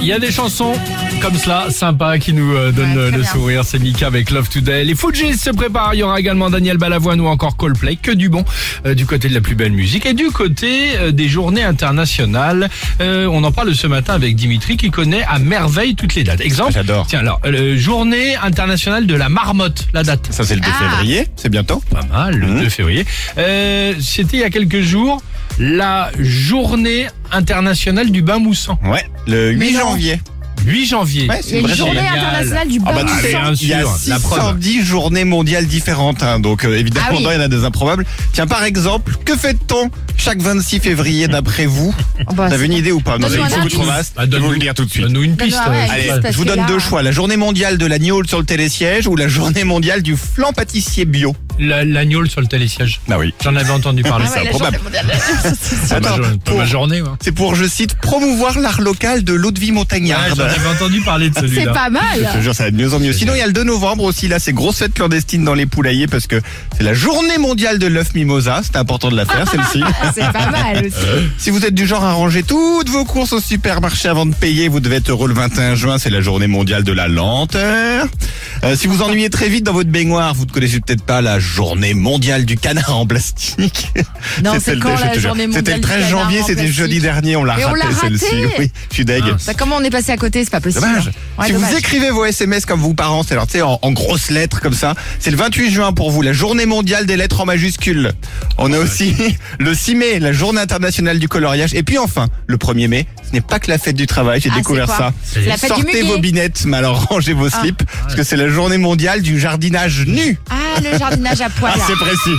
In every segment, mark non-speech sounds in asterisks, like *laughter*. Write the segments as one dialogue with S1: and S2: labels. S1: Il y a des chansons comme cela, sympa, qui nous euh, donnent
S2: Ouais,
S1: euh,
S2: très
S1: le
S2: bien.
S1: sourire. C'est Mika avec Love Today. Les Fujis se préparent. Il y aura également Daniel Balavoine ou encore Coldplay. Que du bon euh, du côté de la plus belle musique et du côté euh, des journées internationales. Euh, on en parle ce matin avec Dimitri qui connaît à merveille toutes les dates. Exemple.
S3: Ah, j'adore.
S1: Tiens, alors, euh, journée internationale de la marmotte, la date.
S3: Ça, c'est le 2
S2: Ah.
S3: février, c'est bientôt.
S1: pas mal, le
S3: Mhm.
S1: 2 février. Euh, C'était il y a quelques jours la journée internationale du bain moussant.
S3: Ouais, le 8
S2: Mais non.
S3: janvier.
S1: 8 janvier.
S3: Ouais, c'est
S2: Il y a une
S3: vrai, c'est
S2: journée
S1: génial.
S2: internationale du
S3: Ah
S2: bain
S3: bah,
S1: tu
S2: du
S1: sais,
S2: sang.
S1: hein,
S3: Il y a
S1: sûr, la preuve.
S3: 610 journées mondiales différentes, hein, donc euh, évidemment,
S2: Ah oui.
S3: dedans, il y en a des improbables. Tiens, par exemple, que fait-on chaque 26 février d'après vous
S2: Oh bah,
S3: Vous avez
S2: c'est-
S3: une idée ou pas Non,
S2: Donne-nous
S3: c'est
S2: un
S3: beaucoup
S2: indice.
S3: trop vaste.
S1: Bah,
S3: Je vais vous
S1: donne-nous-
S3: le dire tout de suite.
S1: Donne-nous une piste.
S2: Donne-nous un
S1: euh,
S2: indice,
S3: Allez,
S2: parce
S3: je vous
S2: que
S3: donne
S2: là-
S3: deux choix. La journée mondiale de l'agneau sur le télésiège ou la journée mondiale du flan pâtissier bio
S1: la- L'agneau sur le télésiège.
S3: Ah oui.
S1: J'en avais entendu parler.
S2: Ah ouais, la
S3: improbable.
S2: journée mondiale.
S1: Pas ma,
S3: Attends,
S1: jour- pas ma
S3: pour-
S1: journée. moi.
S3: c'est pour, je cite, promouvoir l'art local de l'eau de vie
S1: Ouais,
S3: montagnarde.
S1: J'en avais entendu parler de
S2: C'est
S1: celui-là.
S2: pas mal.
S3: Je te jure, ça va de mieux en mieux. Sinon, il y a le 2 novembre aussi, là, c'est grosse fête clandestine dans les poulaillers parce que c'est la journée mondiale de l'œuf mimosa. C'était important de la faire,
S2: *laughs*
S3: celle-ci.
S2: Ah, C'est pas mal
S3: *laughs*
S2: aussi.
S3: Si vous êtes du genre à ranger toutes vos courses au supermarché avant de payer, vous devez être heureux le 21 juin, c'est la journée mondiale de la lenteur. Euh, si vous ennuyez très vite dans votre baignoire, vous ne connaissez peut-être pas la journée mondiale du canard en plastique.
S2: *laughs* Non, c'est
S3: le-
S2: quand
S3: je
S2: la
S3: te jure,
S2: journée
S3: C'était le
S2: mondiale du
S3: 13
S2: canard
S3: janvier,
S2: en
S3: c'était
S2: plastique.
S3: jeudi dernier, on l'a
S2: Et on
S3: raté
S2: l'a
S3: celle-ci.
S2: raté.
S3: Oui, je suis deg.
S1: Mince.
S2: Bah, comment on est passé à côté, c'est pas possible. hein.
S3: Dommage.
S2: Ouais,
S3: si
S2: dommage.
S3: vous écrivez vos SMS comme vos parents, c'est alors tu sais, en, en grosses lettres comme ça, c'est le 28 juin pour vous, la journée mondiale des lettres en majuscules. On a aussi *laughs* le 6 mai, la journée internationale du coloriage. Et puis enfin, le 1er mai, ce n'est pas que la fête du travail, j'ai
S2: Ah,
S3: découvert
S2: c'est quoi
S3: ça.
S2: C'est la fête du
S3: Sortez
S2: muguet.
S3: vos binettes, mais alors *laughs* rangez vos
S2: Ah.
S3: slips, parce que c'est la journée mondiale du jardinage nu.
S2: Ah, le jardinage à poil.
S3: *laughs* Ah, c'est précis.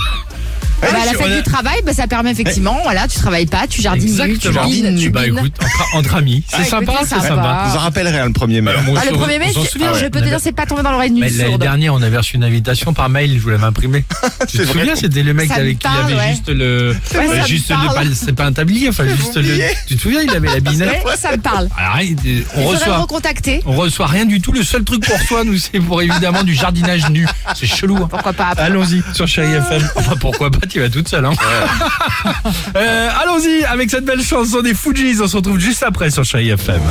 S2: Bah, la
S1: Ouais.
S2: fête du travail, bah, ça permet effectivement, voilà, tu travailles pas, tu jardines nu, tu
S1: Exactement.
S2: jardines nu.
S1: Bah écoute, entre, entre amis, c'est
S2: Ah,
S1: sympa,
S2: écoute,
S1: c'est
S2: c'est
S1: sympa.
S2: sympa.
S3: Vous en rappellerez hein, le 1er mai.
S1: Alors, moi,
S2: Ah, le
S1: on s'en-
S2: premier mai,
S1: on s'en
S2: c'est-
S1: souvient,
S2: je
S1: on
S2: peux te
S1: avait-
S2: dire, c'est pas tombé dans l'oreille
S1: Mais
S2: nulle
S1: l'année
S2: sourde.
S1: dernière, on avait reçu une invitation par mail, je vous l'avais
S3: *laughs*
S1: imprimée. tu te
S3: C'est vrai
S1: souviens,
S3: qu'on-
S1: c'était le mec
S2: Ça me
S1: avec qui il
S2: parle,
S1: avait
S2: ouais.
S1: juste le.
S2: Ouais,
S1: euh,
S2: ça me
S1: juste le
S2: parle.
S1: pal- C'est pas un tablier, enfin, juste le.
S3: oublié.
S1: Tu te souviens, il
S2: *laughs*
S1: avait la
S2: Ouais,
S1: binette
S2: ça me parle.
S1: Alors, hein, euh,
S2: Il
S1: on
S2: faudrait le
S1: reçoit.
S2: recontacter.
S1: On reçoit rien du tout. Le seul truc qu'on reçoit, nous, c'est pour évidemment du jardinage nu. C'est chelou. hein.
S2: Pourquoi pas après.
S1: Allons-y sur Chérie FM. Enfin, pourquoi pas, tu vas toute seule. Hein. Euh, Allons-y avec cette belle chanson des Fujis. On se retrouve juste après sur Chérie FM.